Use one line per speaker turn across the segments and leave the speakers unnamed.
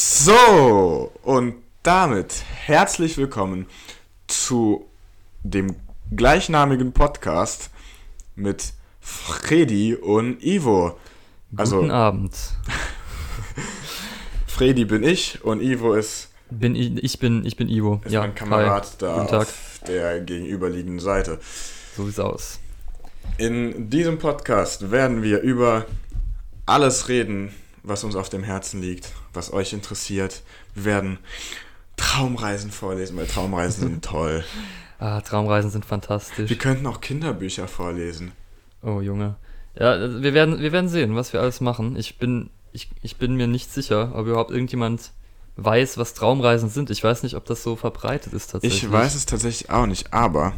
So, und damit herzlich willkommen zu dem gleichnamigen Podcast mit Freddy und Ivo. Also,
Guten Abend.
Freddy bin ich und Ivo ist,
Bin ich, ich bin ich bin Ivo.
ist
ja,
mein Kamerad
Hi.
da
Guten Tag.
auf der gegenüberliegenden Seite.
So sieht's aus.
In diesem Podcast werden wir über alles reden, was uns auf dem Herzen liegt, was euch interessiert. Wir werden Traumreisen vorlesen, weil Traumreisen sind toll.
Ah, Traumreisen sind
Wir
fantastisch.
könnten auch Kinderbücher vorlesen.
Oh Junge. Ja, also wir werden wir werden sehen, was wir alles machen. Ich bin ich, ich bin mir nicht sicher, ob überhaupt irgendjemand weiß, was Traumreisen sind. Ich weiß nicht, ob das so verbreitet ist tatsächlich.
Ich weiß es tatsächlich auch nicht, aber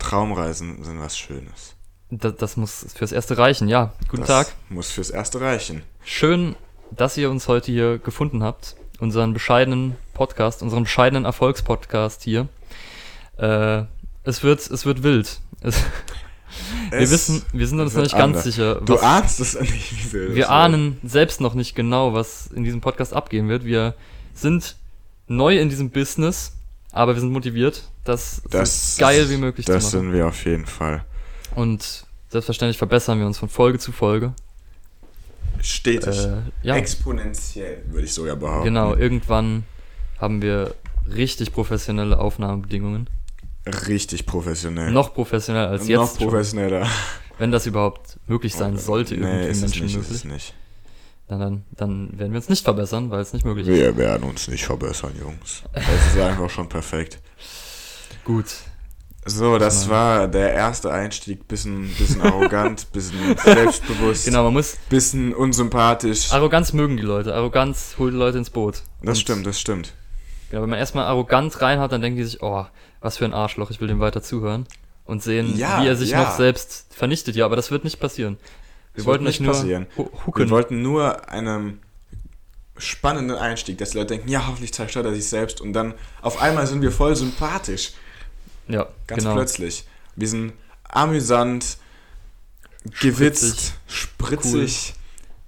Traumreisen sind was Schönes.
Da, das muss fürs erste reichen. Ja, guten
das
Tag.
Muss fürs Erste reichen.
Schön, dass ihr uns heute hier gefunden habt. Unseren bescheidenen Podcast, unseren bescheidenen Erfolgspodcast hier. Äh, es, wird, es wird wild. Es, wir
Es-
wissen, wir sind uns noch
wird
nicht ganz
anders.
sicher.
Du
was-
ahnst es nicht. wie sie das
wir
wird.
ahnen selbst noch nicht genau, was in diesem Podcast abgehen wird. Wir sind neu in diesem Business, aber wir sind motiviert, das, so
Das
geil wie möglich zu
Das
machen.
sind wir auf jeden Fall.
Und selbstverständlich verbessern wir uns von Folge zu Folge.
Stetig.
Äh, ja,
Exponentiell, würde ich sogar behaupten.
genau. Irgendwann haben wir richtig professionelle Aufnahmebedingungen.
Richtig professionell.
Noch professioneller als jetzt.
Noch
schon.
professioneller.
Wenn das überhaupt möglich sein sollte, irgendwie
nee, ist es
Menschen
nicht, ist es
möglich,
nicht.
dann, dann, dann werden wir uns nicht verbessern, weil es nicht möglich ist.
Wir werden uns nicht verbessern, Jungs. Es ist einfach schon perfekt.
Gut.
So, das war der erste Einstieg. Bisschen, bisschen arrogant, bisschen selbstbewusst,
Genau, man muss.
bisschen unsympathisch.
Arroganz mögen die Leute. Arroganz holt die Leute ins Boot.
Das
Und,
stimmt, das stimmt.
Genau, wenn man erstmal arrogant reinhaut, dann denken die sich, oh, was für ein Arschloch, ich will dem weiter zuhören. Und sehen,
Ja,
wie er sich
ja.
noch selbst vernichtet. Ja, aber das wird nicht passieren. Wir
Das
wollten
wird
euch
nicht
nur
passieren.
hu-
Wir
hucken.
wollten nur einen spannenden Einstieg, dass die Leute denken, ja, hoffentlich zerstört er sich selbst und dann auf einmal sind wir voll sympathisch.
ja,
Ganz
genau.
plötzlich. Wir sind amüsant, gewitzt, spritzig,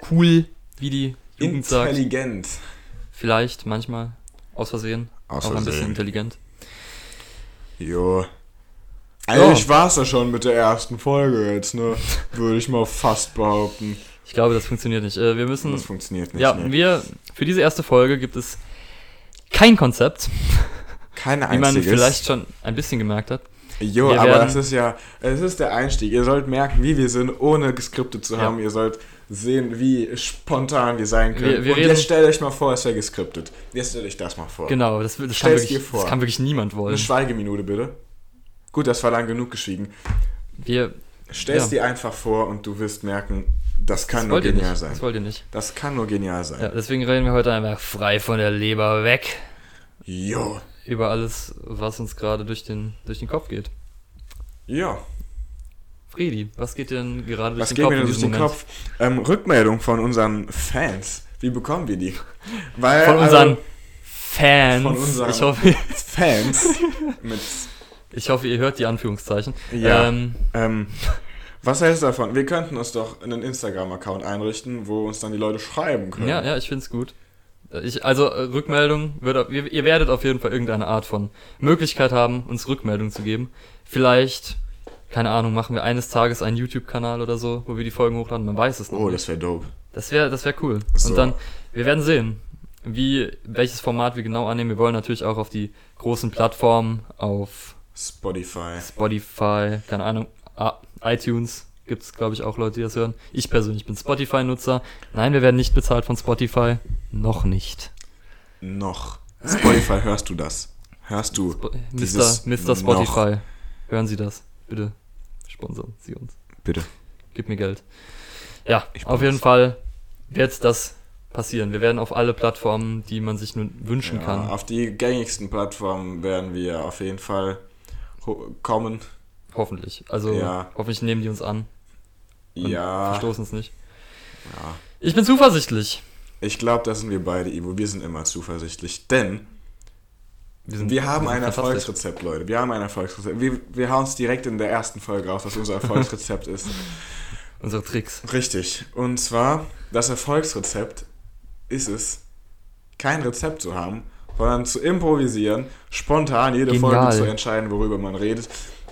Cool, wie die Jugend sagt.
intelligent.
Vielleicht manchmal aus Versehen.
Aus
auch ein bisschen
Versehen.
intelligent.
Jo.
Oh.
Eigentlich war's ja schon mit der ersten Folge jetzt, ne? Würde ich mal fast behaupten.
Ich glaube, das funktioniert nicht. Äh, wir müssen.
Das funktioniert nicht.
ja,
nee.
wir. Für diese erste Folge gibt es kein Konzept,
Keine
wie man
einzige.
vielleicht schon ein bisschen gemerkt hat.
Jo,
wir
aber
werden-
es ist ja, es ist der Einstieg. Ihr sollt merken, wie wir sind, ohne geskriptet zu
Ja.
haben. Ihr sollt sehen, wie spontan wir sein können.
Wir- wir
Und
reden-
jetzt stellt euch mal vor, es wäre geskriptet. Jetzt stellt euch das mal vor.
Genau, das, will- das, kann
Stell's dir
wirklich,
vor.
das kann wirklich niemand
Eine
wollen.
Schweigeminute bitte. Gut, das war lang genug geschwiegen.
Wir,
Stell es
Ja.
dir einfach vor und du wirst merken, das kann
das
nur
wollt ihr
genial
nicht.
sein.
Das wollt ihr nicht.
Das kann nur genial sein.
Ja, deswegen reden wir heute einfach frei von der Leber weg
Jo.
über alles, was uns gerade durch den, durch den Kopf geht.
Ja.
Fredi, was geht dir denn gerade durch
Was
den
geht
Kopf
mir
in
denn durch
diesem
den
Moment?
Kopf? Ähm, Rückmeldung von unseren Fans. Wie bekommen wir die? Weil,
Von
also,
unseren Fans.
Von unseren-
ich, hoffe,
Fans mit
ich hoffe, ihr hört die Anführungszeichen.
Ja.
Ähm,
Ähm, was hältst du davon? Wir könnten uns doch einen Instagram-Account einrichten, wo uns dann die Leute schreiben können.
ja, ja, ich find's gut. Ich, also äh, Rückmeldung, wird, auf- ihr, ihr werdet auf jeden Fall irgendeine Art von Möglichkeit haben, uns Rückmeldung zu geben. Vielleicht, keine Ahnung, machen wir eines Tages einen YouTube-Kanal oder so, wo wir die Folgen hochladen, man weiß es noch.
Oh,
nicht.
das wäre dope.
Das wäre das wär cool.
So.
Und dann, wir werden sehen, wie, welches Format wir genau annehmen. Wir wollen natürlich auch auf die großen Plattformen, auf
Spotify.
Spotify, keine Ahnung, ah, iTunes gibt es, glaube ich, auch Leute, die das hören. Ich persönlich bin Spotify-Nutzer. Nein, wir werden nicht bezahlt von Spotify. Noch nicht.
Noch. Spotify, hörst du das? Hörst du
Spo-
dieses
Mr. Mr.
noch?
Spotify, hören Sie das. Bitte sponsern Sie uns.
Bitte.
Gib mir Geld. Ja,
Ich
auf
brauch's.
jeden Fall wird das passieren. Wir werden auf alle Plattformen, die man sich nur wünschen
Ja,
kann.
auf die gängigsten Plattformen werden wir auf jeden Fall ho- kommen.
Hoffentlich. Also
Ja.
hoffentlich nehmen die uns an und
Ja.
verstoßen es nicht.
ja.
Ich bin zuversichtlich.
Ich glaube, das sind wir beide, Ivo. Wir sind immer zuversichtlich. Denn
sind-
wir haben
wir sind
ein
fantastisch.
Erfolgsrezept, Leute. Wir haben ein Erfolgsrezept. Wir, wir hauen es direkt in der ersten Folge raus, was unser Erfolgsrezept ist.
Unsere Tricks.
Richtig. Und zwar, das Erfolgsrezept ist es, kein Rezept zu haben, sondern zu improvisieren, spontan jede
Genial.
Folge zu entscheiden, worüber man redet.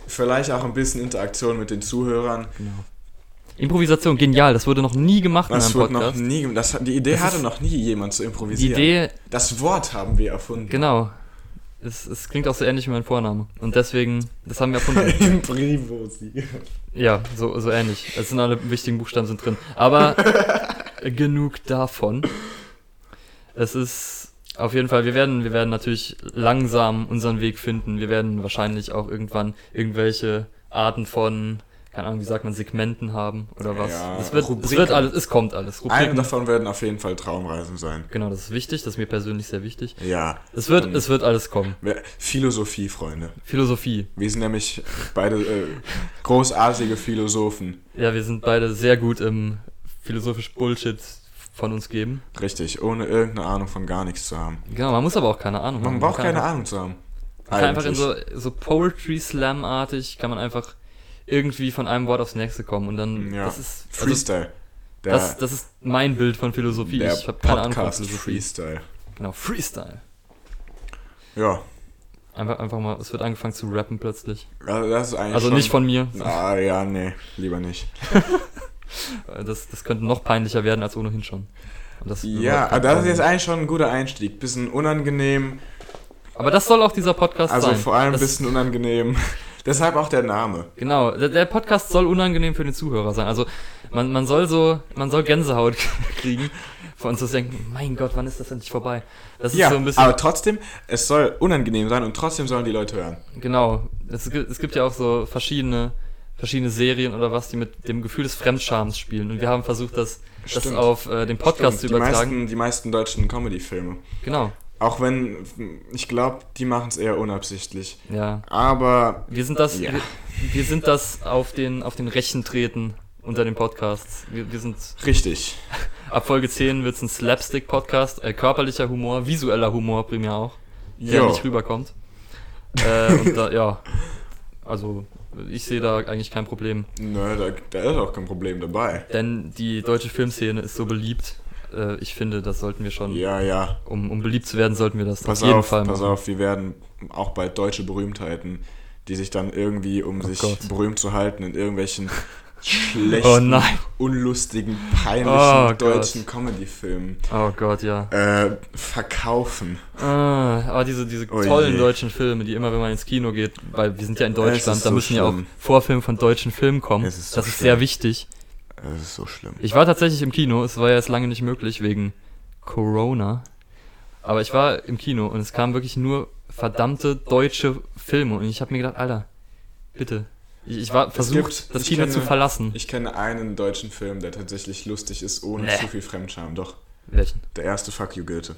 Vielleicht auch ein bisschen Interaktion mit den Zuhörern.
Improvisation, genial, das wurde noch nie gemacht
Das
in einem
wurde noch
Podcast.
nie, das, hat- die Idee
Das
hatte
ist-
noch nie jemand zu
Die
improvisieren.
Idee,
das Wort haben wir erfunden.
genau. Es, es klingt auch so ähnlich wie mein Vorname. Und deswegen, das haben wir erfunden.
Improvisierung.
Ja, so, so ähnlich. Es sind alle wichtigen Buchstaben sind drin. Aber genug davon. Es ist auf jeden Fall, wir werden, wir werden natürlich langsam unseren Weg finden. Wir werden wahrscheinlich auch irgendwann irgendwelche Arten von, keine Ahnung, wie sagt man, Segmenten haben oder was.
Ja,
es, wird, es
Rubriken.
wird alles, es kommt alles.
Eine
Rubriken.
davon werden auf jeden Fall Traumreisen sein.
Genau, das ist wichtig, das ist mir persönlich sehr wichtig.
Ja.
Es wird,
Ähm,
es wird alles kommen.
wir- Philosophie, Freunde.
Philosophie.
Wir sind nämlich beide äh, großartige Philosophen.
Ja, wir sind beide sehr gut im philosophisch Bullshit von uns geben.
Richtig, ohne irgendeine Ahnung von gar nichts zu haben.
Genau, man muss aber auch keine Ahnung
Man
haben.
braucht keine
Mhm. einfach-
Ahnung zu haben.
Man kann einfach in so, so Poetry Slam-artig, kann man einfach irgendwie von einem Wort aufs nächste kommen und dann,
Ja.
das ist, also,
Freestyle. Der,
das, das ist mein Bild von Philosophie.
der
ich habe keine Ahnung von
Podcast
Philosophie.
Freestyle.
Genau, Freestyle.
Ja,
Einfach, einfach mal, es wird angefangen zu rappen plötzlich.
also das ist eigentlich
Also
schon,
nicht von mir,
Ah, ja, nee, lieber nicht.
das, das könnte noch peinlicher werden als ohnehin schon. Und das
Ja, aber das ist jetzt eigentlich schon ein guter Einstieg. Bisschen unangenehm,
Aber das soll auch dieser Podcast
also
sein.
vor allem ein
das,
bisschen unangenehm. Deshalb auch der Name.
Genau, der, der Podcast soll unangenehm für den Zuhörer sein. Also man, man soll so, man soll Gänsehaut kriegen von uns zu denken, mein Gott, wann ist das endlich vorbei? Das ist
Ja,
so ein bisschen,
aber trotzdem, es soll unangenehm sein und trotzdem sollen die Leute hören.
genau. Es, gi- es gibt ja auch so verschiedene, verschiedene Serien oder was, die mit dem Gefühl des Fremdschams spielen. Und wir haben versucht, das, das
Stimmt.
auf äh, den Podcast
die,
zu übertragen.
meisten, die meisten deutschen Comedy-Filme.
Genau,
Auch wenn, ich glaube, die machen es eher unabsichtlich.
ja.
Aber
Wir sind das,
Ja.
wir, wir sind das auf den, auf den Rechen treten unter den Podcasts. Wir, wir sind
richtig.
Ab Folge 10 wird's ein Slapstick-Podcast, äh, körperlicher Humor, visueller Humor primär auch, der
Jo.
nicht rüberkommt. Äh, und da, ja, also ich sehe da eigentlich kein Problem,
Nö, da, da ist auch kein Problem dabei.
denn die deutsche Filmszene ist so beliebt. Äh, ich finde, das sollten wir schon,
Ja, ja.
um, um beliebt zu werden, sollten wir das
Pass
auf jeden
auf,
Fall
pass
machen.
auf, wir werden auch bald deutsche Berühmtheiten, die sich dann irgendwie, um sich
Oh Gott.
berühmt zu halten, in irgendwelchen schlechten,
Oh nein.
unlustigen, peinlichen
Oh Gott.
deutschen Comedy-Filmen
Oh Gott, ja.
äh, verkaufen.
Ah, aber diese, diese
Oh
tollen
je.
deutschen Filme, die immer, wenn man ins Kino geht, weil wir sind ja in
ist
Deutschland, da
so
müssen ja auch
schlimm.
Vorfilme von deutschen Filmen kommen.
Es ist so
das ist
schlimm.
sehr wichtig.
Das ist so schlimm.
Ich war tatsächlich im Kino, es war ja jetzt lange nicht möglich wegen Corona. Aber ich war im Kino und es kamen wirklich nur verdammte deutsche Filme und ich habe mir gedacht, Alter, bitte. Ich, ich war versucht,
gibt-
das
ich
Kino
kenne-
zu verlassen.
Ich kenne einen deutschen Film, der tatsächlich lustig ist, ohne
Nee.
zu viel Fremdscham. Doch,
Welchen?
der erste Fuck You Goethe.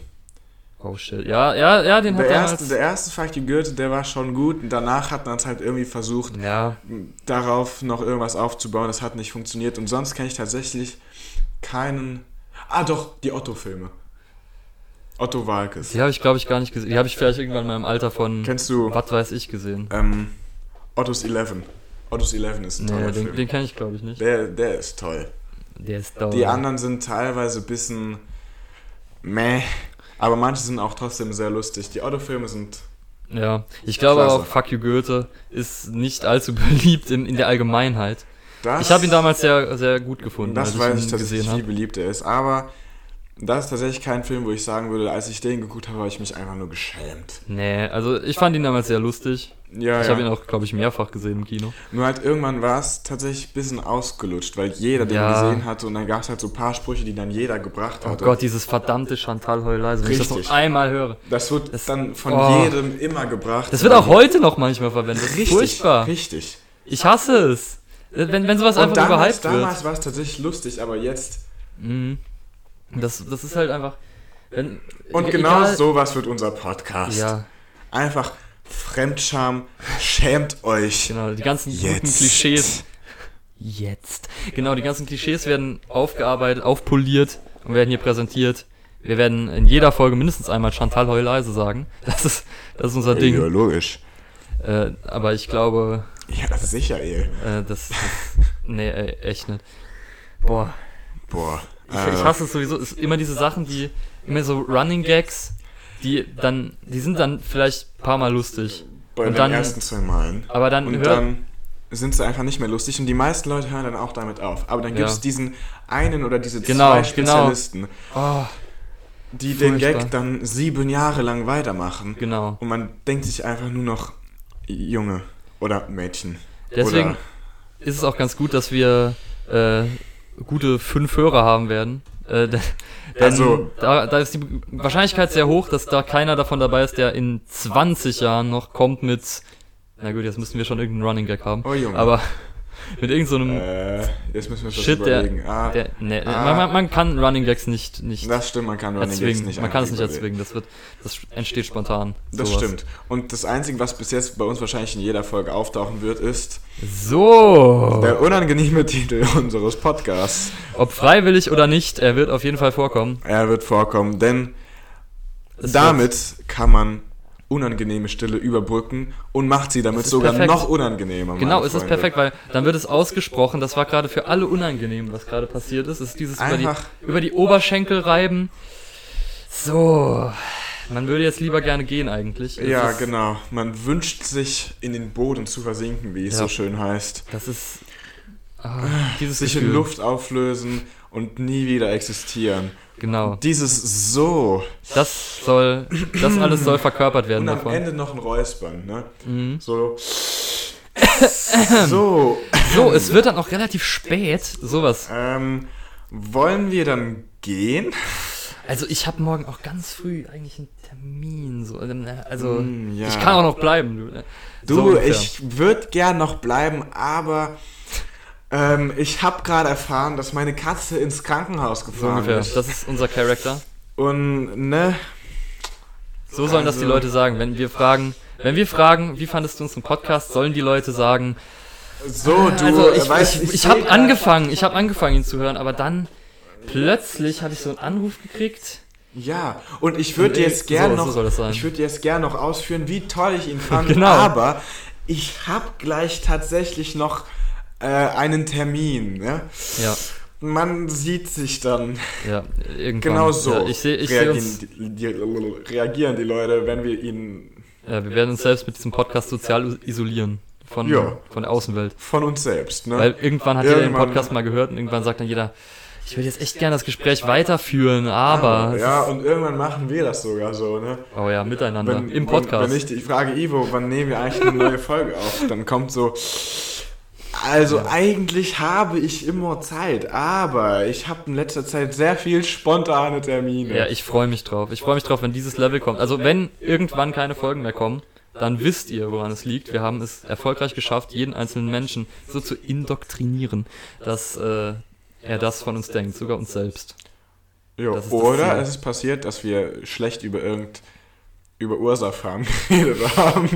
Oh shit. Ja, ja, ja, den hat halt-
Der
damals.
erste, der erste Fuck You Goethe, der war schon gut. Und danach hat man es halt irgendwie versucht,
ja,
darauf noch irgendwas aufzubauen. Das hat nicht funktioniert. Und sonst kenne ich tatsächlich keinen. Ah, doch, die Otto-Filme. Otto Walkes.
die habe ich glaube ich gar nicht gesehen. Die habe ich vielleicht irgendwann in meinem Alter von
Kennst du
was weiß ich gesehen.
ähm, Otto's Eleven? Otto's Eleven ist ein
Nee,
toller
den,
Film.
den kenne ich glaube ich nicht.
der, der ist toll.
Der ist da.
Die anderen sind teilweise ein bisschen meh, aber manche sind auch trotzdem sehr lustig. Die Autofilme sind.
Ja, ich glaube
Klasse.
auch Fuck You Goethe ist nicht allzu beliebt in, in der Allgemeinheit.
Das,
Ich habe ihn damals sehr, sehr gut gefunden,
Das
als
weiß
ich
ich
ihn
tatsächlich,
gesehen
wie
habe.
beliebt er ist. Aber das ist tatsächlich kein Film, wo ich sagen würde, als ich den geguckt habe, habe ich mich einfach nur geschämt.
Nee, also ich fand ihn damals sehr lustig.
Ja,
ich
ja.
habe ihn auch, glaube ich, mehrfach gesehen im Kino. Oh
Nur halt irgendwann war es tatsächlich ein bisschen ausgelutscht, weil jeder den
Ja.
gesehen hatte und dann gab es halt so ein paar Sprüche, die dann jeder gebracht
Oh
hatte.
Gott, dieses verdammte Chantal-Heulei, also wenn ich das noch
Richtig.
einmal höre.
das wird dann von
oh.
jedem immer gebracht.
Das wird auch heute noch manchmal verwendet. Das ist
richtig,
furchtbar.
richtig.
Ich hasse es. Äh, Wenn, wenn sowas
Und
einfach
damals,
überhyped wird.
damals war es tatsächlich lustig, aber jetzt
Mhm. Das, das ist halt einfach. Wenn,
Und
e-
genau
egal-
sowas wird unser Podcast.
Ja,
Einfach Fremdscham, schämt euch.
genau. Die ganzen
Jetzt.
guten Klischees. Jetzt. Genau, die ganzen Klischees werden aufgearbeitet, aufpoliert und werden hier präsentiert. Wir werden in jeder Folge mindestens einmal Chantal Heuleise sagen. Das ist, das ist unser Ding.
Ideologisch.
Äh, aber ich glaube,
Ja, sicher, ey.
äh, das, das Nee, ey, echt nicht. Boah.
Boah. Äh.
Ich, ich hasse es sowieso. Es ist immer diese Sachen, die immer so Running Gags, die dann, die sind dann vielleicht ein paar Mal lustig.
Bei
Und
den
dann-
ersten zwei Malen.
Aber dann
Und
hört-
dann sind sie einfach nicht mehr lustig und die meisten Leute hören dann auch damit auf. Aber dann gibt
Ja.
es diesen einen oder diese
Genau,
zwei
genau.
Spezialisten,
Oh,
die den
Furchtbar.
Gag dann sieben Jahre lang weitermachen.
genau.
Und man denkt sich einfach nur noch Junge oder Mädchen.
Deswegen
oder
ist es auch ganz gut, dass wir äh, gute fünf Hörer haben werden. Äh, denn
Also-
da, da ist die Wahrscheinlichkeit sehr hoch, dass da keiner davon dabei ist, der in 20 Jahren noch kommt mit. Na gut, jetzt müssen wir schon irgendeinen Running Gag haben.
Oh, Junge.
Aber mit irgendeinem.
äh, jetzt müssen wir uns das
Shit, der-
überlegen. ah,
der, nee,
ah.
man, man, man kann Running Gags nicht, nicht
das stimmt, man kann Running Gags
erzwingen.
nicht
man kann es
einfach
nicht
überlegen.
erzwingen. Das, wird, das entsteht spontan.
Das
sowas.
stimmt. Und das Einzige, was bis jetzt bei uns wahrscheinlich in jeder Folge auftauchen wird, ist
So.
der unangenehme Titel unseres Podcasts.
Ob freiwillig oder nicht, er wird auf jeden Fall vorkommen.
Er wird vorkommen, denn
Es
damit kann man unangenehme Stille überbrücken und macht sie damit
ist
sogar
perfekt.
noch unangenehmer. meine
Genau, es ist
Freunde.
perfekt, weil dann wird es ausgesprochen. Das war gerade für alle unangenehm, was gerade passiert ist. Es ist dieses über die,
Einfach-
über die Oberschenkel reiben. So, man würde jetzt lieber gerne gehen eigentlich. Es
Ja,
ist,
genau. Man wünscht sich, in den Boden zu versinken, wie es
Ja.
so schön heißt.
Das ist ah, dieses
Sich in
Gefühl.
Luft auflösen und nie wieder existieren.
Genau,
Dieses so.
das soll, das alles soll verkörpert werden
Und am
davon.
Ende noch ein Räuspern, ne?
Mhm.
So. so.
So, es wird dann auch relativ spät. Sowas.
Ähm, wollen wir dann gehen?
Also ich habe morgen auch ganz früh eigentlich einen Termin. So, ähm, also
Mm, ja.
ich kann auch noch bleiben. Du, ne?
Du,
So ungefähr.
ich würde gern noch bleiben, aber ähm, ich habe gerade erfahren, dass meine Katze ins Krankenhaus
So
gefahren
ungefähr.
ist.
Das ist unser Charakter.
Und ne,
So sollen das die
Also-
Leute sagen, wenn wir fragen, wenn wir fragen, wie fandest du unseren Podcast, sollen die Leute sagen,
so du, äh,
also ich,
weißt,
ich, ich,
seh
habe
grad-
angefangen, ich habe angefangen ihn zu hören, aber dann plötzlich habe ich so einen Anruf gekriegt.
Ja, und ich würde
Nee,
jetzt gern
so- so
noch,
soll das sein.
ich würde jetzt gern noch ausführen, wie toll ich ihn fand.
Genau.
Aber ich habe gleich tatsächlich noch äh, einen Termin. Ne?
Ja,
Man sieht sich dann.
ja, irgendwann.
Genau so
Ja, ich sehe ich seh
reagieren,
uns,
die, die, reagieren die Leute, wenn wir ihnen
ja, wir werden uns selbst mit diesem Podcast sozial isolieren von
Ja.
von der Außenwelt,
von uns selbst. Ne?
weil irgendwann hat jeder den
Irgendwann-
Podcast mal gehört und irgendwann sagt dann jeder, ich würde jetzt echt gerne das Gespräch weiterführen, aber
ja, und irgendwann machen wir das sogar so, ne?
oh ja, miteinander
Wenn-
im Podcast.
Wenn, wenn ich die frage, Ivo, wann nehmen wir eigentlich eine neue Folge auf? Dann kommt so. Also eigentlich habe ich immer Zeit, aber ich habe in letzter Zeit sehr viel spontane Termine.
Ja, ich freue mich drauf. Ich freue mich drauf, wenn dieses Level kommt. Also wenn irgendwann keine Folgen mehr kommen, dann wisst ihr, woran es liegt. Wir haben es erfolgreich geschafft, jeden einzelnen Menschen so zu indoktrinieren, dass äh, er das von uns denkt, sogar uns selbst.
Jo,
das ist das
Oder
Ziel.
es ist passiert, dass wir schlecht über irgend über Ursafarm geredet haben.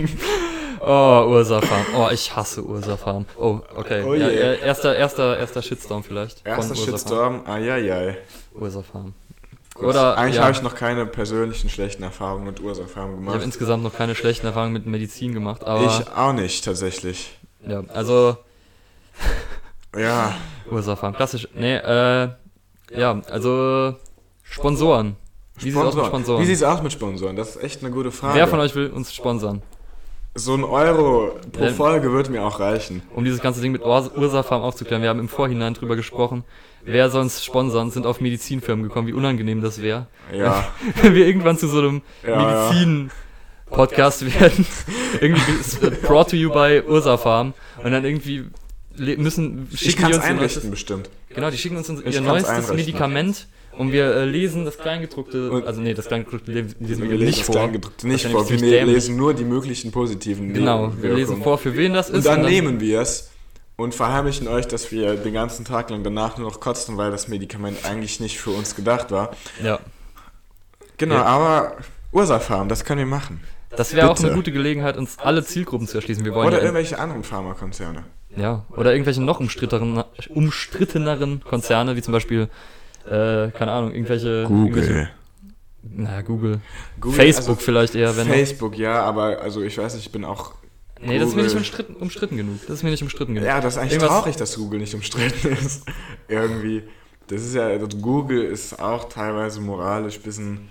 Oh, Ursafarm. Oh, ich hasse Ursafarm. Oh, okay.
Oh
ja,
je.
äh, erster, erster, erster Shitstorm vielleicht.
Erster
Ursa Farm.
Shitstorm, ai, ai, ai.
Ursafarm. Oder
Eigentlich
ja,
habe
ich,
ich noch keine persönlichen schlechten Erfahrungen mit Ursafarm
habe
gemacht.
insgesamt noch keine schlechten Erfahrungen mit Medizin gemacht, aber
ich auch nicht, tatsächlich.
ja, also
Ja,
Ursafarm, klassisch. Nee, äh, ja, also Sponsoren. Wie sieht's aus mit Sponsoren?
Wie sieht's aus mit Sponsoren? Das ist echt eine gute Frage.
Wer von euch will uns sponsern?
So ein Euro pro
Ähm.
Folge würde mir auch reichen.
Um dieses ganze Ding mit Urs- Ursafarm aufzuklären, wir haben im Vorhinein drüber gesprochen. Wer soll uns sponsern? Sind auf Medizinfirmen gekommen, wie unangenehm das wäre.
Ja,
Wenn wir irgendwann zu so einem
Ja, ja.
Medizin-Podcast werden. irgendwie ges- äh, brought to you by Ursafarm. Und dann irgendwie le- müssen,
ich
schicken
kann
die
es
uns ihr neuestes-
einrichten bestimmt.
Genau, die schicken uns unser-
Ich
ihr
kann's
neuestes
einrichten.
Medikament und wir äh, lesen das Kleingedruckte,
Und-
also nee, das Kleingedruckte lesen lesen
Wir
wir
lesen
nicht
das
vor.
Kleingedruckte nicht
Das ist
vor. Wir
nämlich
ne-
dämlich.
lesen nur die möglichen positiven
Genau, wir lesen
Nebenwirkungen.
vor, für wen das ist.
Und dann nehmen wir es und verheimlichen euch, dass wir den ganzen Tag lang danach nur noch kotzen, weil das Medikament eigentlich nicht für uns gedacht war.
Ja,
Genau,
Ja.
aber Ursafarm, das können wir machen.
das wäre auch eine
Bitte.
gute Gelegenheit, uns alle Zielgruppen zu erschließen. Wir wollen
Oder
ja,
irgendwelche anderen Pharmakonzerne.
ja, oder irgendwelche noch umstritteneren, umstritteneren Konzerne, wie zum Beispiel, äh, keine Ahnung, irgendwelche. Irgendwelche, naja, Google.
Google,
Facebook
also
vielleicht eher, wenn.
Facebook, ja, aber also ich weiß nicht, ich bin auch
nee, das ist mir nicht
Google.
umstritten, umstritten genug. Das ist mir nicht umstritten genug.
Ja, das ist eigentlich
Irgendwas-
traurig, dass Google nicht umstritten ist. Irgendwie. Das ist ja, also Google ist auch teilweise moralisch ein bisschen.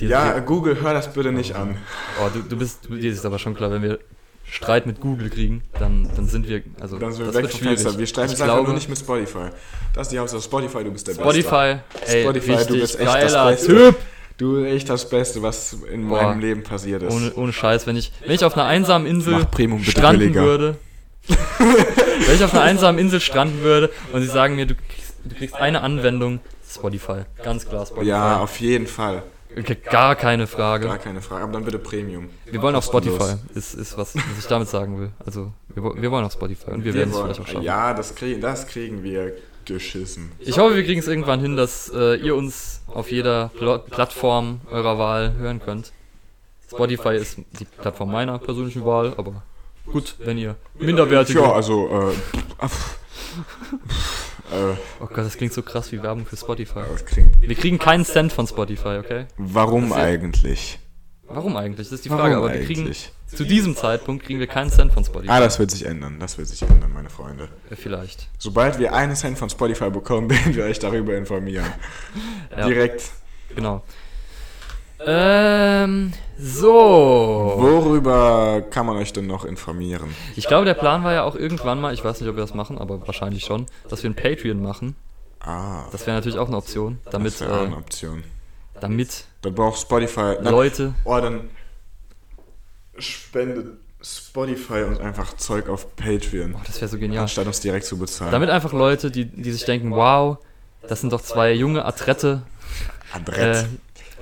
Ja, Google, hör das bitte nicht an.
Oh, du, du bist, du, dir ist aber schon klar, wenn wir Streit mit Google kriegen, dann, dann sind wir, also
Dann sind wir
das
weg
wird
vom
schwierig.
Fenster. Wir streiten
ich
uns einfach
glaube,
nur nicht mit Spotify. Das ist die Hauptsache. Spotify, du bist der
Spotify, ey,
Spotify, du
richtig,
bist echt das
geiler
Beste.
Typ.
Beste. Du bist echt das Beste, was in
Boah.
meinem Leben passiert ist.
Ohne, ohne Scheiß, wenn ich, wenn ich auf einer einsamen Insel
Mach Premium bitte
stranden
billiger.
würde, wenn ich auf einer einsamen Insel stranden würde und sie sagen mir, du kriegst, du kriegst eine Anwendung, Spotify, ganz klar Spotify.
ja, auf jeden Fall.
Okay, Gar keine Frage.
Gar keine Frage. Aber dann bitte Premium.
Wir wollen auf
Kostenlos.
Spotify, ist, ist was, was ich damit sagen will. Also, wir, wo- wir wollen auf Spotify und wir, werden es
wollen-
vielleicht auch schaffen.
Ja, das kriegen, das kriegen wir geschissen.
Ich hoffe, wir kriegen es irgendwann hin, dass äh, ihr uns auf jeder Pl Plattform eurer Wahl hören könnt. Spotify ist die Plattform meiner persönlichen Wahl, aber gut, wenn ihr minderwertige...
Tja, also, äh, pff, äh,
Oh Gott, das klingt so krass wie Werbung für Spotify.
das klingt.
Wir kriegen keinen Cent von Spotify, okay?
Warum eigentlich?
Warum eigentlich? Das ist die
Warum
Also, Frage, aber wir kriegen... Zu diesem Zeitpunkt kriegen wir keinen Cent von Spotify.
Ah, das wird sich ändern. Das wird sich ändern, meine Freunde.
Äh, Vielleicht.
Sobald wir einen Cent von Spotify bekommen, werden wir euch darüber informieren.
Ja.
Direkt.
Genau. Ähm, so.
Worüber kann man euch denn noch informieren?
Ich glaube, der Plan war ja auch irgendwann mal, ich weiß nicht, ob wir das machen, aber wahrscheinlich schon, dass wir ein Patreon machen.
Ah,
Das wäre natürlich auch eine Option, damit,
das wäre
äh,
eine Option.
damit
Dann braucht Spotify. Dann,
Leute.
oh, dann spendet Spotify uns einfach Zeug auf Patreon,
Oh, das wäre so genial.
anstatt uns direkt zu bezahlen.
Damit einfach Leute, die, die sich denken, wow, das sind doch zwei junge Adrette
Am
äh,
Brett.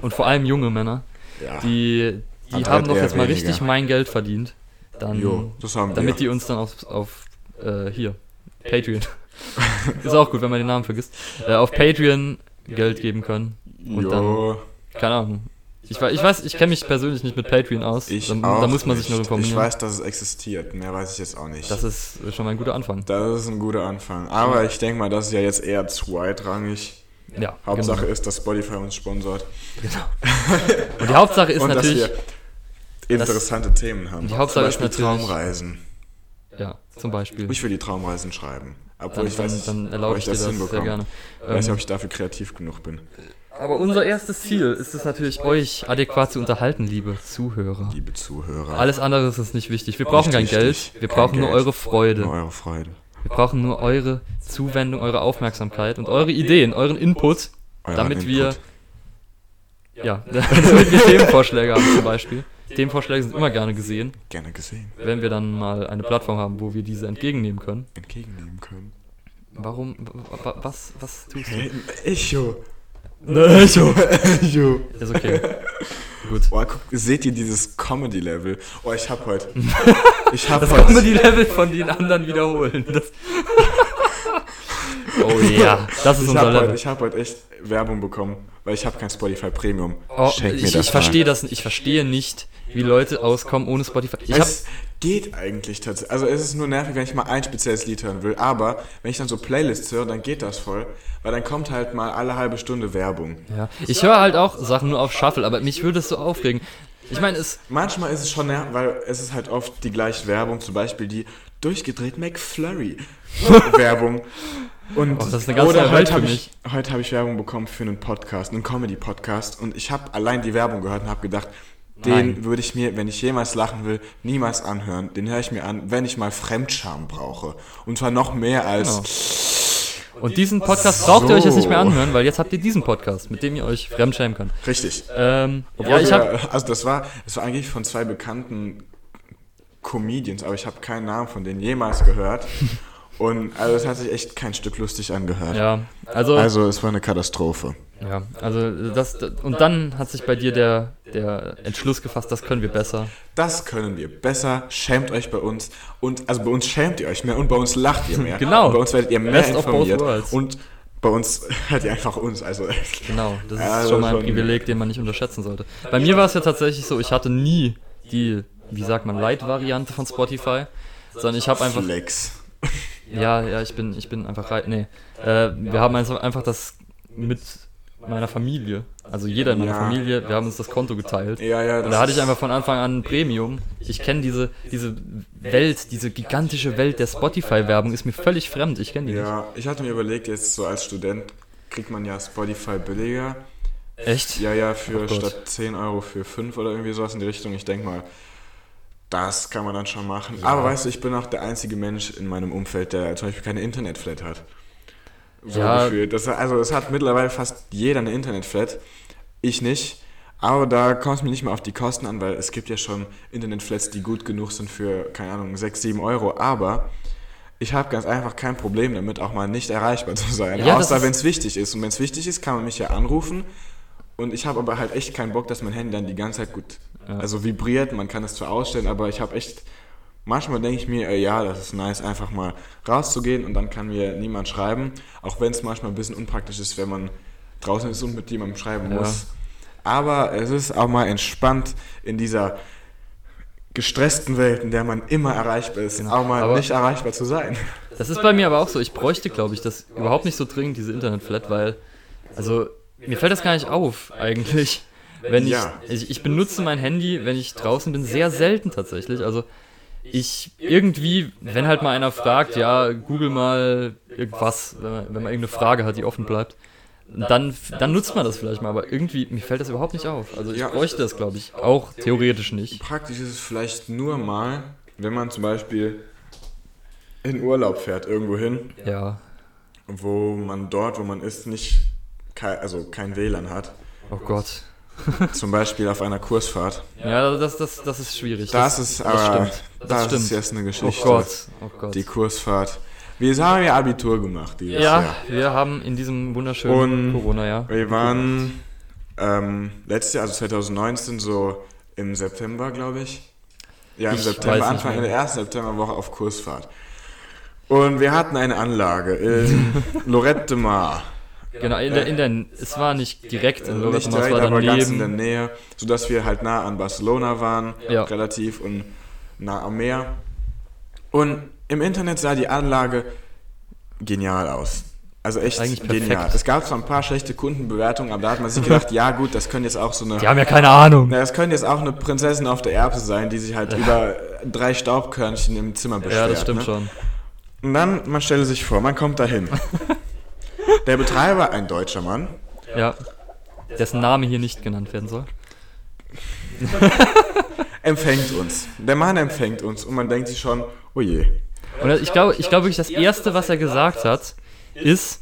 und vor allem junge Männer,
ja.
äh, die, die
Adrette
haben doch
eher
jetzt mal
weniger.
richtig mein Geld verdient. Dann,
jo, das haben
damit
wir.
die uns dann auf, auf äh, hier, Patreon, ist auch gut, wenn man den Namen vergisst, äh, auf Patreon Geld geben können. Und dann,
jo,
keine Ahnung. Ich, wei- ich weiß, ich kenne mich persönlich nicht mit Patreon aus.
ich
da,
auch
da muss man sich
nicht.
noch informieren.
Ich weiß, dass es existiert. Mehr weiß ich jetzt auch nicht.
Das ist schon mal ein guter Anfang.
Das ist ein guter Anfang. Aber ich denke mal, das ist ja jetzt eher zweitrangig.
Ja,
Hauptsache ist, dass Spotify uns sponsort.
Genau. Und die Hauptsache ist
und dass
natürlich,
wir interessante Themen haben.
die Hauptsache
Zum Beispiel
ist natürlich-
Traumreisen.
ja, zum Beispiel.
Ich will die Traumreisen schreiben. Obwohl
Dann,
ich weiß,
dann,
nicht,
dann
ob
erlaube ich dir das sehr
hinbekomme.
gerne.
Ich weiß nicht,
Ähm,
ob ich dafür kreativ genug bin.
aber unser erstes Ziel ist es natürlich, euch adäquat zu unterhalten, liebe Zuhörer.
Liebe Zuhörer.
Alles andere ist uns nicht wichtig. Wir brauchen kein
Nicht
Geld,
wichtig.
wir
Kein
brauchen nur
Geld.
eure
Nur
Freude.
eure Freude.
Wir brauchen nur eure Zuwendung, eure Aufmerksamkeit und eure Ideen, euren Input,
Euren
damit wir,
Input.
ja, damit wir Themenvorschläge haben zum Beispiel. Themenvorschläge sind immer gerne gesehen,
gerne gesehen
wenn wir dann mal eine Plattform haben, wo wir diese entgegennehmen können.
entgegennehmen können.
Warum? wa- wa- Was? Was tust du?
Hey, Echo.
Ne, so.
Echo.
Ist okay.
Boah, Oh, guck, seht ihr dieses Comedy-Level? Oh, ich hab heute. Ich hab
Das
heute.
kann man die Level von den anderen wiederholen. Das oh ja, das ist
Ich
unser
habe heute,
Level.
ich hab heute echt Werbung bekommen, weil ich habe kein Spotify Premium.
Oh,
Schenk
ich ich
mal.
verstehe das nicht. Ich verstehe nicht, wie Leute auskommen ohne Spotify. Ich hab,
Es geht eigentlich tatsächlich. Also es ist nur nervig, wenn ich mal ein spezielles Lied hören will. Aber wenn ich dann so Playlists höre, dann geht das voll, weil dann kommt halt mal alle halbe Stunde Werbung.
ja, ich höre halt auch Sachen nur auf Shuffle, aber mich würde es so aufregen. Ich meine, es
Manchmal ist es schon nervig, weil es ist halt oft die gleiche Werbung, zum Beispiel die durchgedreht McFlurry Werbung. Und
Oh, das ist eine ganz
oder
neue Welt
heute habe
für
ich, heute hab ich Werbung bekommen für einen Podcast, einen Comedy-Podcast. Und ich habe allein die Werbung gehört und habe gedacht, den
Nein.
würde ich mir, wenn ich jemals lachen will, niemals anhören. Den höre ich mir an, wenn ich mal Fremdscham brauche. Und zwar noch mehr als.
und diesen Podcast braucht ihr euch jetzt nicht mehr
So.
anhören, weil jetzt habt ihr diesen Podcast, mit dem ihr euch fremdschämen könnt.
Richtig.
Ähm, ja,
Obwohl
ich
wir-
habe
also das war, das war eigentlich von zwei bekannten Comedians, aber ich habe keinen Namen von denen jemals gehört. Und also es hat sich echt kein Stück lustig angehört.
ja, also
Also es war eine Katastrophe.
Ja, also das, das und dann hat sich bei dir der, der Entschluss gefasst, das können wir besser.
Das können wir besser. Schämt euch bei uns. Und also bei uns schämt ihr euch mehr und bei uns lacht ihr mehr.
Genau.
Und bei uns werdet ihr mehr
Best of both
informiert.
worlds.
Und bei uns hört ihr einfach uns. Also
Genau, das ist
Ja, das
schon mal
ist
ein
schon-
Privileg, den man nicht unterschätzen sollte. Bei mir war es ja tatsächlich so, ich hatte nie die, wie sagt man, Light-Variante von Spotify, sondern ich habe einfach,
Flex.
ja, ja, ich bin, ich bin einfach rei- nee, äh, wir haben also einfach das mit meiner Familie. Also jeder in meiner
Ja.
Familie, wir haben uns das Konto geteilt.
Ja, ja,
Und
das
da hatte ich
ist-
einfach von Anfang an ein Premium. Ich kenne diese, diese Welt, diese gigantische Welt der Spotify-Werbung, ist mir völlig fremd. Ich kenne die nicht.
Ja, ich hatte mir überlegt, jetzt so als Student kriegt man ja Spotify billiger.
Echt?
Ja, ja, für
Ach Gott.
statt 10 Euro für 5 oder irgendwie sowas in die Richtung. Ich denke mal, das kann man dann schon machen. Aber weißt du, ich bin auch der einzige Mensch in meinem Umfeld, der zum Beispiel keine Internetflat hat. So
Ja.
gefühlt. Das, also es hat mittlerweile fast jeder eine Internetflat. Ich nicht. Aber da kommt es mir nicht mehr auf die Kosten an, weil es gibt ja schon Internetflats, die gut genug sind für, keine Ahnung, 6, 7 Euro. Aber ich habe ganz einfach kein Problem damit, auch mal nicht erreichbar zu sein.
Ja, das
Außer
ist-
wenn es wichtig ist. Und wenn es wichtig ist, kann man mich ja anrufen. Und ich habe aber halt echt keinen Bock, dass mein Handy dann die ganze Zeit gut
Ja.
also vibriert. Man kann das zwar ausstellen, aber ich habe echt. Manchmal denke ich mir, äh, ja, das ist nice, einfach mal rauszugehen und dann kann mir niemand schreiben. Auch wenn es manchmal ein bisschen unpraktisch ist, wenn man draußen ist und mit jemandem schreiben
Ja.
muss. Aber es ist auch mal entspannt in dieser gestressten Welt, in der man immer erreichbar ist,
Genau.
auch mal
Aber-
nicht erreichbar zu sein.
Das ist bei mir aber auch so. Ich bräuchte, glaube ich, das überhaupt nicht so dringend, diese Internetflat, weil, also, mir fällt das gar nicht auf, eigentlich. Wenn ich,
Ja.
ich, ich benutze mein Handy, wenn ich draußen bin, sehr selten tatsächlich. Also, ich irgendwie, wenn halt mal einer fragt, ja, google mal irgendwas, wenn man, wenn man irgendeine Frage hat, die offen bleibt, dann, dann nutzt man das vielleicht mal. Aber irgendwie, mir fällt das überhaupt nicht auf. Also, ich
Ja.
bräuchte das, glaube ich, auch theoretisch nicht.
Praktisch ist es vielleicht nur mal, wenn man zum Beispiel in Urlaub fährt, irgendwo hin,
Ja.
wo man dort, wo man ist, nicht kei- also kein WLAN hat.
Oh Gott.
Zum Beispiel auf einer Kursfahrt.
Ja, das, das, das ist schwierig.
Das ist
das
aber
stimmt. Das
das,
stimmt.
ist jetzt eine
Oh
Geschichte.
Gott, oh Gott.
Die Kursfahrt. Wir haben ja Abitur gemacht dieses
ja,
Jahr.
wir haben in diesem wunderschönen
Und-
Corona-Jahr.
Wir waren ähm, letztes Jahr, also 2019, so im September, glaube ich. Ja, im
Ich
September,
weiß nicht
Anfang
mehr.
in der ersten Septemberwoche auf Kursfahrt. Und wir hatten eine Anlage in Lorette de Mar.
Genau, in der, in der, es war nicht direkt in Lorette,
Äh, Nicht
sondern es
direkt,
war
aber ganz in der
daneben.
Nähe, sodass wir halt nah an Barcelona waren,
Ja.
relativ und nah am Meer. Und im Internet sah die Anlage genial aus. Also echt
Eigentlich perfekt.
genial. Es gab zwar ein paar schlechte Kundenbewertungen, aber da hat man sich gedacht, ja gut, das können jetzt auch so eine
Die haben ja keine Ahnung.
na, das könnte jetzt auch eine Prinzessin auf der Erbse sein, die sich halt über drei Staubkörnchen im Zimmer beschwert.
Ja, das stimmt
ne?
schon.
Und dann, man stelle sich vor, man kommt dahin. der Betreiber, ein deutscher Mann,
Ja. Dessen Name hier nicht genannt werden soll.
empfängt uns. Der Mann empfängt uns und man denkt sich schon, oh je.
Und ich glaube, ich glaube wirklich, das Erste, was er gesagt hat, ist,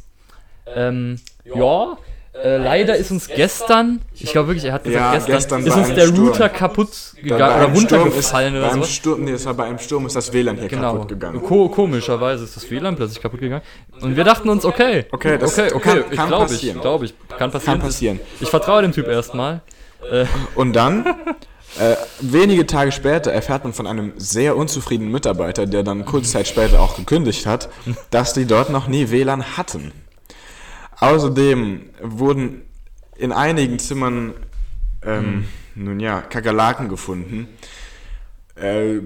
ähm, ja, äh, leider ist uns gestern, ich glaube wirklich, er hat gesagt,
Ja,
gestern,
gestern
ist
bei
uns
einem
der
Sturm.
Router kaputt
Bei
gegangen oder
einem Sturm ist-
runtergefallen
bei
oder
einem
so.
Sturm, nee, das war bei einem Sturm ist das WLAN hier
Genau.
kaputt gegangen.
Ko komischerweise ist das WLAN plötzlich kaputt gegangen. Und wir dachten uns, okay,
Okay, das
okay, okay,
kann-
ich
kann
glaube ich,
passieren.
glaube ich, kann passieren.
Kann passieren.
Ich vertraue dem Typ erstmal. Äh,
Und dann, äh, wenige Tage später, erfährt man von einem sehr unzufriedenen Mitarbeiter, der dann kurze Zeit später auch gekündigt hat, dass die dort noch nie WLAN hatten. Außerdem wurden in einigen Zimmern, ähm, nun ja, Kakerlaken gefunden. Äh,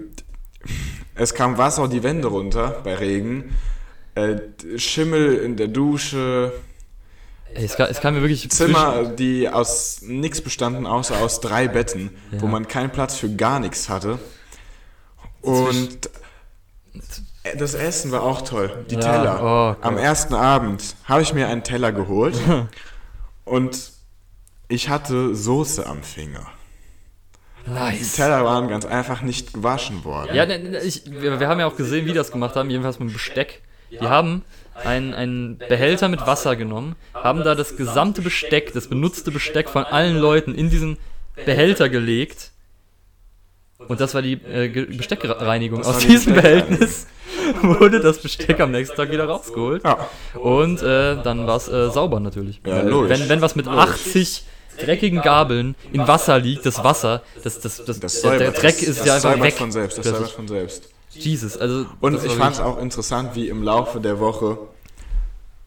es kam Wasser auf die Wände runter bei Regen. Äh, Schimmel in der Dusche,
ey, es, kann, es kann mir wirklich
Zimmer, die aus nichts bestanden, außer aus drei Betten,
Ja.
wo man keinen Platz für gar nichts hatte.
Zwischen-
Und äh, das Essen war auch toll. Die
Ja,
Teller.
oh Gott.
Am ersten Abend habe ich mir einen Teller geholt und ich hatte Soße am Finger.
zwischen-
Die
Nice.
Teller waren ganz einfach nicht gewaschen worden.
Ja, ne, ne, ich, wir, wir haben ja auch gesehen, wie die das gemacht haben, jedenfalls mit dem Besteck. Die haben einen, einen Behälter mit Wasser genommen, haben da das gesamte Besteck, das benutzte Besteck von allen Leuten in diesen Behälter gelegt. Und das war die äh, Ge- Besteckreinigung.
war
Aus
die
diesem
Besteckreinigung.
Behältnis wurde das Besteck am nächsten Tag wieder rausgeholt.
Ja.
Und äh, dann war es äh, sauber natürlich.
Ja,
Weil
logisch.
wenn, wenn was mit 80 dreckigen Gabeln in Wasser liegt, das Wasser, das, das, das,
Das
der,
säubert,
der Dreck ist
das
ja einfach
säubert
weg.
von selbst. Das
Das
säubert
ist-
von selbst.
Jesus, also.
Und
das
ich
war
fand es auch interessant, wie im Laufe der Woche.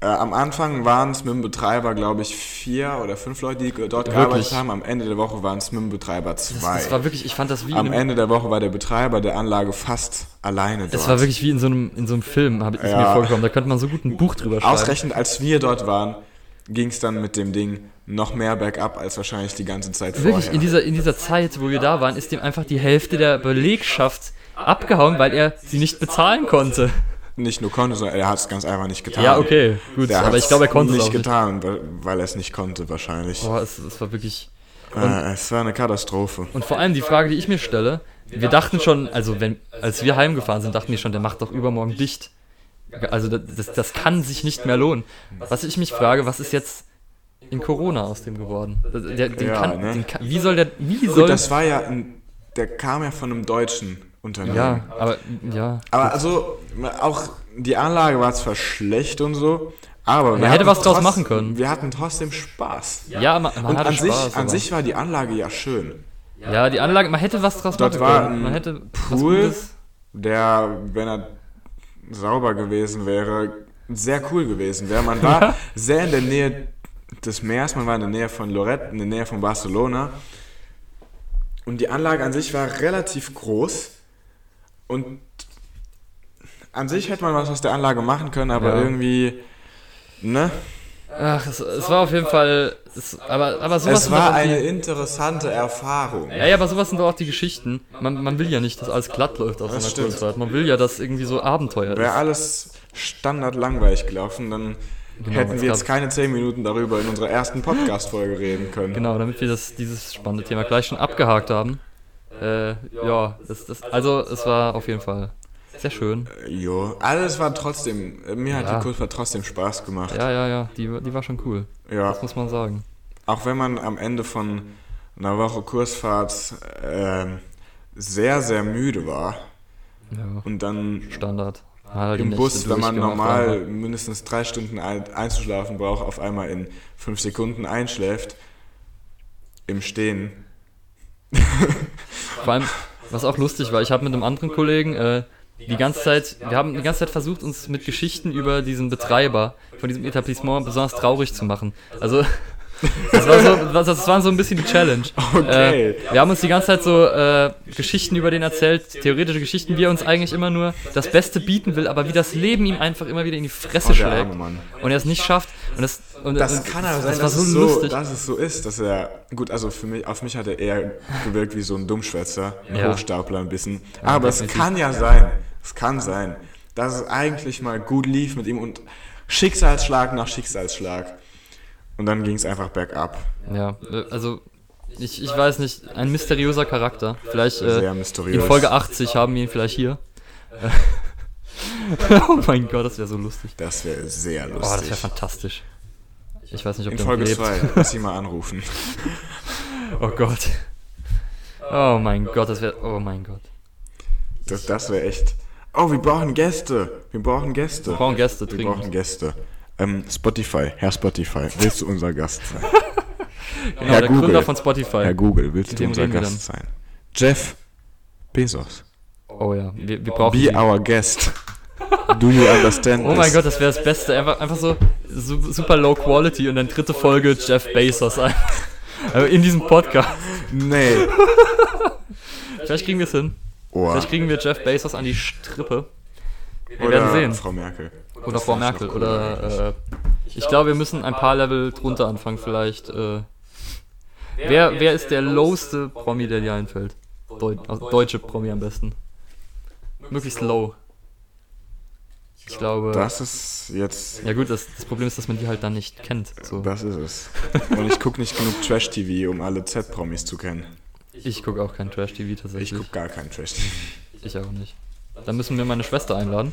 Äh, am Anfang waren es mit dem Betreiber, glaube ich, vier oder fünf Leute, die dort gearbeitet haben. Am Ende der Woche waren es mit dem Betreiber
wirklich- das, das
zwei.
war wirklich, ich fand das wie in
Am
einem,
Ende der Woche war der Betreiber der Anlage fast alleine dort.
das war wirklich wie in so einem, in so einem Film, habe ich
Ja.
mir vorgekommen. Da könnte man so gut ein Buch drüber schreiben.
Ausgerechnet, als wir dort waren, ging es dann mit dem Ding noch mehr bergab als wahrscheinlich die ganze Zeit
Wirklich,
vorher.
in dieser, in dieser Zeit, wo wir da waren, ist ihm einfach die Hälfte der Belegschaft abgehauen, weil er sie nicht bezahlen konnte.
nicht nur konnte, sondern er hat es ganz einfach nicht getan.
Ja, okay, gut,
Der
aber
hat's
ich glaube, er konnte es
nicht
auch nicht. Oh,
getan, weil- weil er es nicht konnte wahrscheinlich.
Boah, es, es war wirklich...
äh, es war eine Katastrophe.
Und vor allem die Frage, die ich mir stelle, wir dachten schon, also wenn, als wir heimgefahren sind, dachten wir schon, der macht doch übermorgen dicht. Also das, das, das kann sich nicht mehr lohnen. Was ich mich frage, was ist jetzt in Corona aus dem geworden? Das- Der, den
Ja,
kann,
ne?
den kann, wie soll der, wie soll...
Gut, das war ja, ein, der kam ja von einem deutschen Unternehmen.
ja, aber, ja.
Aber also, auch die Anlage war zwar schlecht und so, aber
Man hätte
hatten
was draus
trotz-
machen können.
Wir hatten trotzdem Spaß.
Ja, man, man
Und
hatte
an,
Spaß.
sich, an
aber-
sich war die Anlage ja schön.
ja, die Anlage, man hätte was draus
Dort
machen
war
können. Man
ein
hätte was
Pool.
Gutes-
Der, wenn er sauber gewesen wäre, sehr cool gewesen wäre. Man war sehr in der Nähe des Meeres, man war in der Nähe von Lorette, in der Nähe von Barcelona. Und die Anlage an sich war relativ groß. Und an sich hätte man was aus der Anlage machen können, aber
Ja.
irgendwie, ne?
Ach, es, es war auf jeden Fall. Es, aber, aber sowas
Es
sind
war
doch auch
eine
die,
interessante Erfahrung.
ja, ja, aber sowas sind doch auch die Geschichten. Man, man will ja nicht, dass alles glatt läuft auf so
Das
einer
stimmt.
Kurzfahrt. Man will ja, dass irgendwie so Abenteuer
Wäre
ist.
alles standardlangweilig gelaufen, dann
Genau,
hätten
es
wir
gab-
jetzt keine 10 Minuten darüber in unserer ersten Podcast-Folge reden können.
Genau, damit wir das, dieses spannende Thema gleich schon abgehakt haben. Äh, ja, das, das, also es war auf jeden Fall sehr schön.
Jo, alles war trotzdem, mir hat
Ja.
die Kurzfahrt trotzdem Spaß gemacht.
Ja, ja, ja, die, die war schon cool.
Ja,
Das muss man sagen.
auch wenn man am Ende von einer Woche Kursfahrt ähm, sehr, sehr müde war
Ja,
und dann
Standard. Ah, die
im
Nächte
Bus, wenn man
durchgemacht,
normal mindestens drei Stunden ein- einzuschlafen braucht, auf einmal in fünf Sekunden einschläft, im Stehen,
Vor allem, was auch lustig war, ich habe mit einem anderen Kollegen äh, die ganze Zeit, wir haben die ganze Zeit versucht, uns mit Geschichten über diesen Betreiber von diesem Etablissement besonders traurig zu machen. Also, das war so, das- das war so ein bisschen die Challenge.
Okay.
Äh, wir haben uns die ganze Zeit so äh, Geschichten über den erzählt, theoretische Geschichten, wie er uns eigentlich immer nur das Beste bieten will, aber wie das Leben ihm einfach immer wieder in die Fresse
Oh, der arme
schlägt
Mann.
und er es nicht schafft. Und das, und,
Das
und,
kann aber
das,
sein,
das war
dass,
so
es so,
lustig.
dass es so ist, dass er, gut, also für mich, auf mich hat er eher gewirkt wie so ein Dummschwätzer, ein
Ja.
Hochstapler ein bisschen. Aber es
definitiv.
kann ja sein, es kann sein, dass es eigentlich mal gut lief mit ihm und Schicksalsschlag nach Schicksalsschlag. Und dann ging es einfach bergab.
Ja, äh, also ich, ich weiß nicht, ein mysteriöser Charakter. Vielleicht äh,
Sehr mysteriös.
in Folge 80 haben wir ihn vielleicht hier. Äh, oh mein Gott, das wäre so lustig.
Das wäre sehr
Boah, das
lustig.
wäre fantastisch. Ich weiß nicht, ob
in
der
Folge
noch lebt.
2, lass ihn mal anrufen.
Oh Gott. Oh mein Gott, das wäre. Oh mein Gott.
Das, das wäre echt. Oh, wir brauchen Gäste. Wir brauchen Gäste.
Wir brauchen Gäste
Wir brauchen
dringend.
Gäste. Ähm, Spotify, Herr Spotify, willst du unser Gast sein?
Genau,
Herr
der
Google.
Gründer von Spotify.
Herr Google, willst du
Dem
unser
reden wir
Gast sein? Jeff Bezos,
Oh ja, wir, wir brauchen.
be our guest. Do you understand
Oh mein
this?
Gott, das wäre das Beste. Einfach, einfach so su- super low quality und dann dritte Folge Jeff Bezos. Aber in diesem Podcast.
Nee.
Vielleicht kriegen wir es hin.
Oh.
Vielleicht kriegen wir Jeff Bezos an die Strippe. Wir
Oder
werden sehen.
Frau Merkel.
Oder Frau Merkel. Oder äh, ich glaube, wir müssen ein paar Level drunter anfangen. Vielleicht. Äh, wer, wer ist der lowste Promi, der dir einfällt? Deu also deutsche Promi am besten. Möglichst low. Ich glaube.
Das ist jetzt.
Ja gut, das, das Problem ist, dass man die halt dann nicht kennt. So.
Das ist es. Und ich gucke nicht genug Trash-TV, um alle Z-Promis zu kennen.
Ich gucke auch kein Trash-TV
Ich
tatsächlich.
gucke gar kein Trash-TV.
Ich, auch nicht. Dann müssen wir meine Schwester einladen.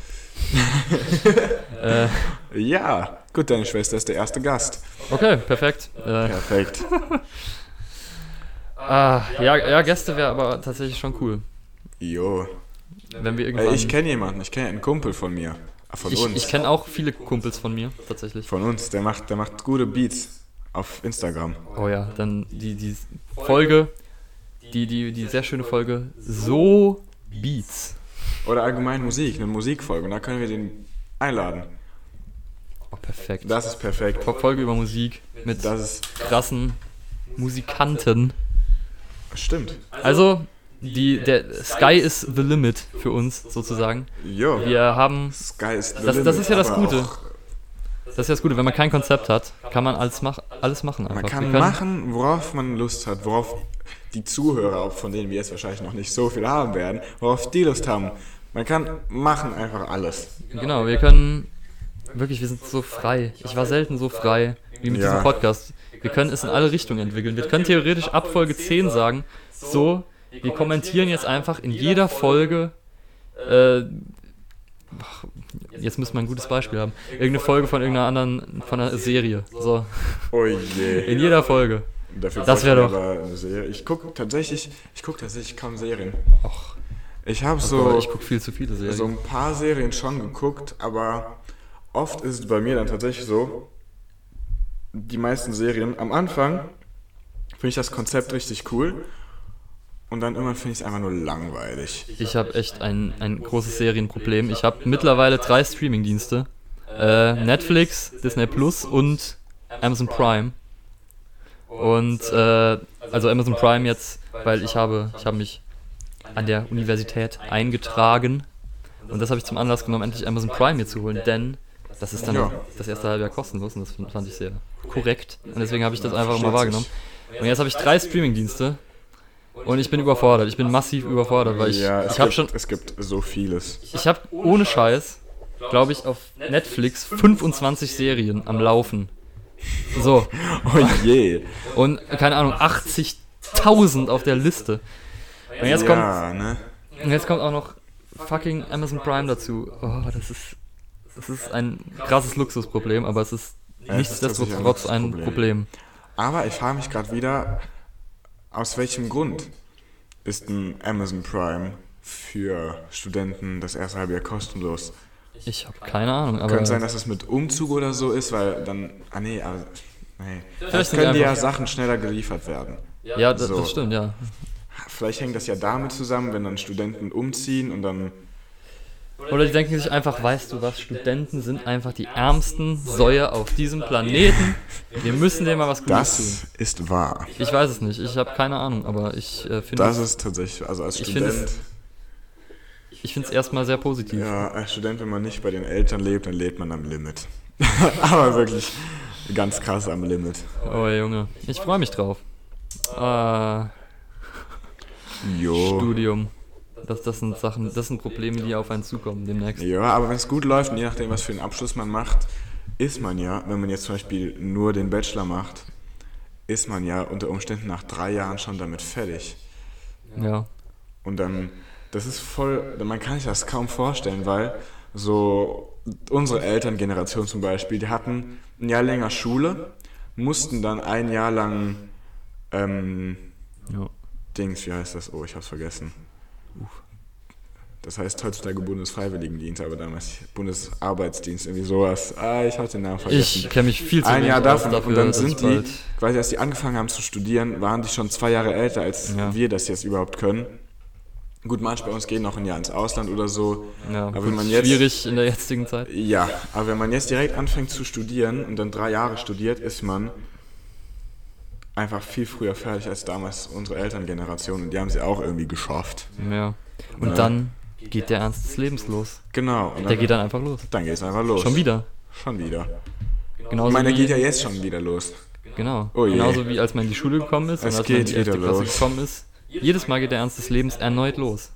äh,
Ja, gut, deine Schwester ist der erste Gast.
okay, perfekt. Äh,
Perfekt.
ah, ja, ja, Gäste wäre aber tatsächlich schon cool.
Jo.
Wenn wir
Ey,
irgendwann...
ich kenne jemanden, ich kenne einen Kumpel von mir. Ah, Von
Ich,
uns.
ich kenne auch viele Kumpels von mir, tatsächlich.
von uns, der macht, der macht gute Beats auf Instagram.
Oh ja, dann die, die Folge, die, die, die sehr schöne Folge, So Beats.
Oder allgemein Musik, eine Musikfolge. Und da können wir den einladen.
Oh, perfekt.
Das ist perfekt.
Folge über Musik mit
Das ist.
krassen Musikanten.
Stimmt.
Also, die, der Sky is the limit für uns, sozusagen.
Jo.
Wir haben
Sky ist the
Das- das
limit,
ist ja das
aber
Gute.
auch-
Das, Das ist ja das Gute, wenn man kein Konzept hat, kann man alles, mach, alles machen einfach.
Man
Wir
kann
können-
machen, worauf man Lust hat, worauf die Zuhörer, auch von denen wir jetzt wahrscheinlich noch nicht so viel haben werden, worauf die Lust haben. Man kann machen einfach alles.
Genau, wir können wirklich, wir sind so frei. Ich war selten so frei wie mit
Ja.
diesem Podcast. Wir können es in alle Richtungen entwickeln. Wir können theoretisch ab Folge 10 sagen, so, wir kommentieren jetzt einfach in jeder Folge, äh, ach, jetzt müssen wir ein gutes Beispiel haben, irgendeine Folge von irgendeiner anderen, von einer Serie. So,
Oh je.
in jeder Folge.
Dafür
Das
bräuchte
wär
man aber eine Serie. Ich gucke tatsächlich, ich gucke tatsächlich kaum Serien.
Och,
Ich habe
aber
so,
ich gucke viel zu viele
so
Serien.
ein paar Serien schon geguckt, aber oft ist es bei mir dann tatsächlich so, die meisten Serien am Anfang finde ich das Konzept richtig cool und dann irgendwann finde ich es einfach nur langweilig.
Ich habe echt ein, ein großes Serienproblem. Ich habe mittlerweile drei Streamingdienste. äh, Netflix, Disney Plus und Amazon Prime. Und äh, also Amazon Prime jetzt, weil ich habe, ich habe mich an der Universität eingetragen und das habe ich zum Anlass genommen, endlich Amazon Prime mir zu holen, denn das ist dann
Ja.
das erste Halbjahr kostenlos und das fand- fand ich sehr korrekt und deswegen habe ich das
Ja,
einfach mal
versteht
wahrgenommen. Und jetzt habe ich drei Streamingdienste und ich bin überfordert, ich bin massiv überfordert, weil ich,
ja, es
ich habe
gibt,
schon,
es gibt so vieles.
ich habe ohne Scheiß, glaube ich, auf Netflix 25 Serien am Laufen. So,
Oh je.
und keine Ahnung, 80.000 auf der Liste. Und jetzt kommt,
ja, ne?
und jetzt kommt auch noch fucking Amazon Prime dazu. Oh, das ist, das ist ein krasses Luxusproblem, aber es
es
ist
ist tatsächlich ein
nichtsdestotrotz ein
Luxusproblem.
Problem.
Aber ich frage mich gerade wieder, aus welchem Grund ist ein Amazon Prime für Studenten das erste halbe Jahr kostenlos?
Ich habe keine Ahnung, aber
Könnte sein, dass es mit Umzug oder so ist, weil dann. Ah, nee, aber. Nee.
Vielleicht
Vielleicht
sind
können
die
dir ja
einfach-
Sachen schneller geliefert werden.
ja, das,
so.
das stimmt, ja.
Vielleicht hängt das ja damit zusammen, wenn dann Studenten umziehen und dann.
Oder die denken sich einfach, weißt du was, Studenten sind einfach die ärmsten Säue auf diesem Planeten. Wir müssen denen mal was Gutes tun.
Das ist wahr.
Ich weiß es nicht, ich habe keine Ahnung, aber ich äh, finde
Das
es
ist tatsächlich. Also als
Ich finde
Student.
ich find's erstmal sehr positiv.
Ja, als Student, wenn man nicht bei den Eltern lebt, dann lebt man am Limit. Aber wirklich ganz krass am Limit.
Oh Junge, ich freue mich drauf. Äh,
Jo.
Studium. Das, das sind Sachen, das sind Probleme, die auf einen zukommen demnächst.
Ja, aber wenn es gut läuft und je nachdem, was für einen Abschluss man macht, ist man ja, wenn man jetzt zum Beispiel nur den Bachelor macht, ist man ja unter Umständen nach drei Jahren schon damit fertig.
Ja.
Und dann, das ist voll, man kann sich das kaum vorstellen, weil so unsere Elterngeneration zum Beispiel, die hatten ein Jahr länger Schule, mussten dann ein Jahr lang ähm,
ja.
Dings, wie heißt das? Oh, ich hab's vergessen. Das heißt heutzutage Bundesfreiwilligendienst, aber damals Bundesarbeitsdienst, irgendwie sowas. Ah, ich hab den Namen vergessen.
Ich kenne mich viel zu
ein
wenig
Jahr
aus
davon und dann
dass ich
sind die,
bald-
quasi als die angefangen haben zu studieren, waren die schon zwei Jahre älter, als
Ja.
wir das jetzt überhaupt können. Gut, manche bei uns gehen noch ein Jahr ins Ausland oder so.
Ja,
aber
gut,
wenn man jetzt-
schwierig in der jetzigen Zeit.
Ja, aber wenn man jetzt direkt anfängt zu studieren und dann drei Jahre studiert, ist man einfach viel früher fertig als damals unsere Elterngeneration und die haben sie auch irgendwie geschafft.
Ja. Und
Ja.
dann geht der Ernst des Lebens los.
Genau. Und
Der geht dann einfach los.
Dann geht's einfach los.
Schon wieder.
Schon wieder.
Genauso
Ich meine,
wie,
der geht ja jetzt schon wieder los.
Genau.
Oh je.
Genauso wie als man in die Schule gekommen ist
Es
und als man in
geht
die erste
wieder
Klasse
los.
gekommen ist. Jedes Mal geht der Ernst des Lebens erneut los.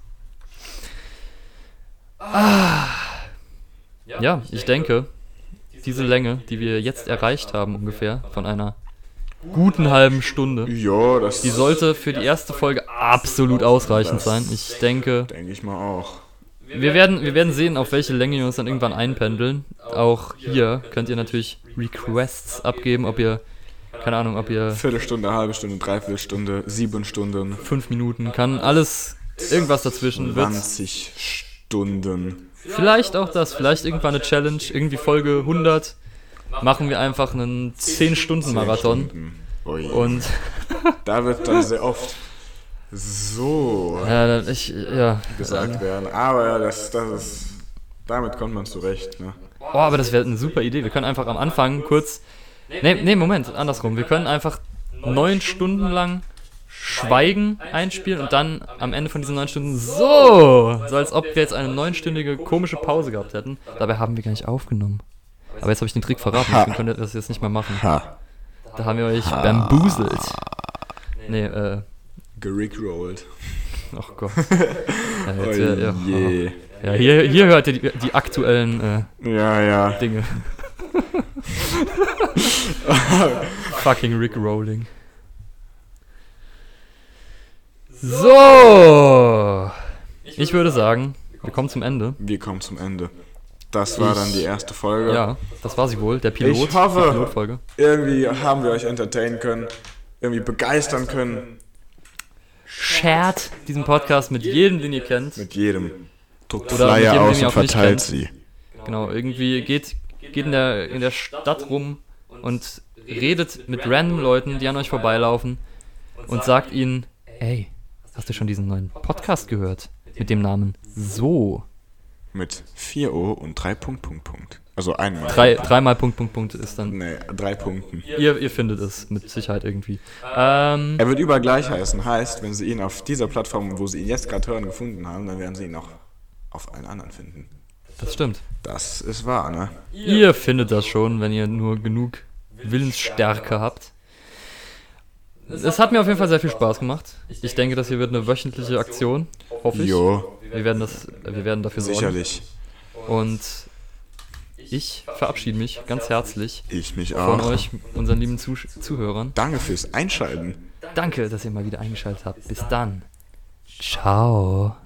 Ah. Ja, ich denke, diese Länge, die wir jetzt erreicht haben ungefähr, von einer guten halben Stunde,
Ja, das
die sollte für die erste Folge absolut ausreichend sein. Ich denke,
denke ich mal auch.
wir werden, wir werden sehen, auf welche Länge wir uns dann irgendwann einpendeln. Auch hier könnt ihr natürlich Requests abgeben, ob ihr, keine Ahnung, ob ihr
Viertelstunde, halbe Stunde, Dreiviertelstunde, sieben Stunden,
fünf Minuten kann alles, irgendwas dazwischen wird.
20 Stunden.
Vielleicht auch das, vielleicht irgendwann eine Challenge, irgendwie Folge 100 machen wir einfach einen 10-Stunden-Marathon
Stunden. Ui.
und
da wird dann sehr oft so
ja, äh, ich, ja.
gesagt werden. Aber ja, das, das ist. Damit kommt man zurecht, ne?
Oh, aber das wäre eine super Idee. Wir können einfach am Anfang kurz, nee, nee, Moment, andersrum. Wir können einfach neun Stunden lang Schweigen einspielen und dann am Ende von diesen neun Stunden so, so als ob wir jetzt eine neunstündige komische Pause gehabt hätten. Dabei haben wir gar nicht aufgenommen. Aber jetzt habe ich den Trick verraten, deswegen könnt ihr das jetzt nicht mehr machen.
Ha.
Da haben wir euch bambuselt. Nee, äh,
Gerickrollt.
ach Gott. Ja, jetzt, ja, ja,
Oh je.
ja hier, hier hört ihr die, die aktuellen äh,
Ja, ja.
Dinge. Fucking Rick Rolling. So! Ich würde sagen, wir kommen zum Ende.
Wir kommen zum Ende. Das war dann die erste Folge.
Ja, das war sie wohl, der Pilot.
Ich hoffe.
Die Pilotfolge.
Irgendwie haben wir euch entertainen können, irgendwie begeistern können.
Shared diesen Podcast mit jedem, den ihr kennt.
Mit jedem. Druckt
Oder mit jedem,
Flyer
den
aus
ihr
und
auch nicht kennt.
verteilt sie.
Genau, irgendwie geht, geht in, der, in der Stadt rum und redet mit random Leuten, die an euch vorbeilaufen und sagt ihnen, ey, hast du schon diesen neuen Podcast gehört? Mit dem Namen So.
Mit 4 O und 3 Punkt, Punkt, Punkt. Also einmal.
Drei, dreimal Punkt, Punkt, Punkt ist dann.
Nee, drei Punkten.
Ihr, ihr findet es mit Sicherheit irgendwie. Ähm,
Er wird überall gleich heißen. Heißt, wenn sie ihn auf dieser Plattform, wo sie ihn jetzt gerade hören, gefunden haben, dann werden sie ihn auch auf allen anderen finden.
das stimmt.
Das ist wahr, ne?
Ihr findet das schon, wenn ihr nur genug Willensstärke habt. Es hat mir auf jeden Fall sehr viel Spaß gemacht. Ich denke, das hier wird eine wöchentliche Aktion. Hoffe ich.
Jo,
Wir werden, das, wir werden dafür sorgen.
sicherlich.
Und ich verabschiede mich ganz herzlich
Ich mich
von
auch.
euch, unseren lieben Zuh Zuhörern.
Danke fürs Einschalten.
Danke, dass ihr mal wieder eingeschaltet habt. Bis dann. Ciao.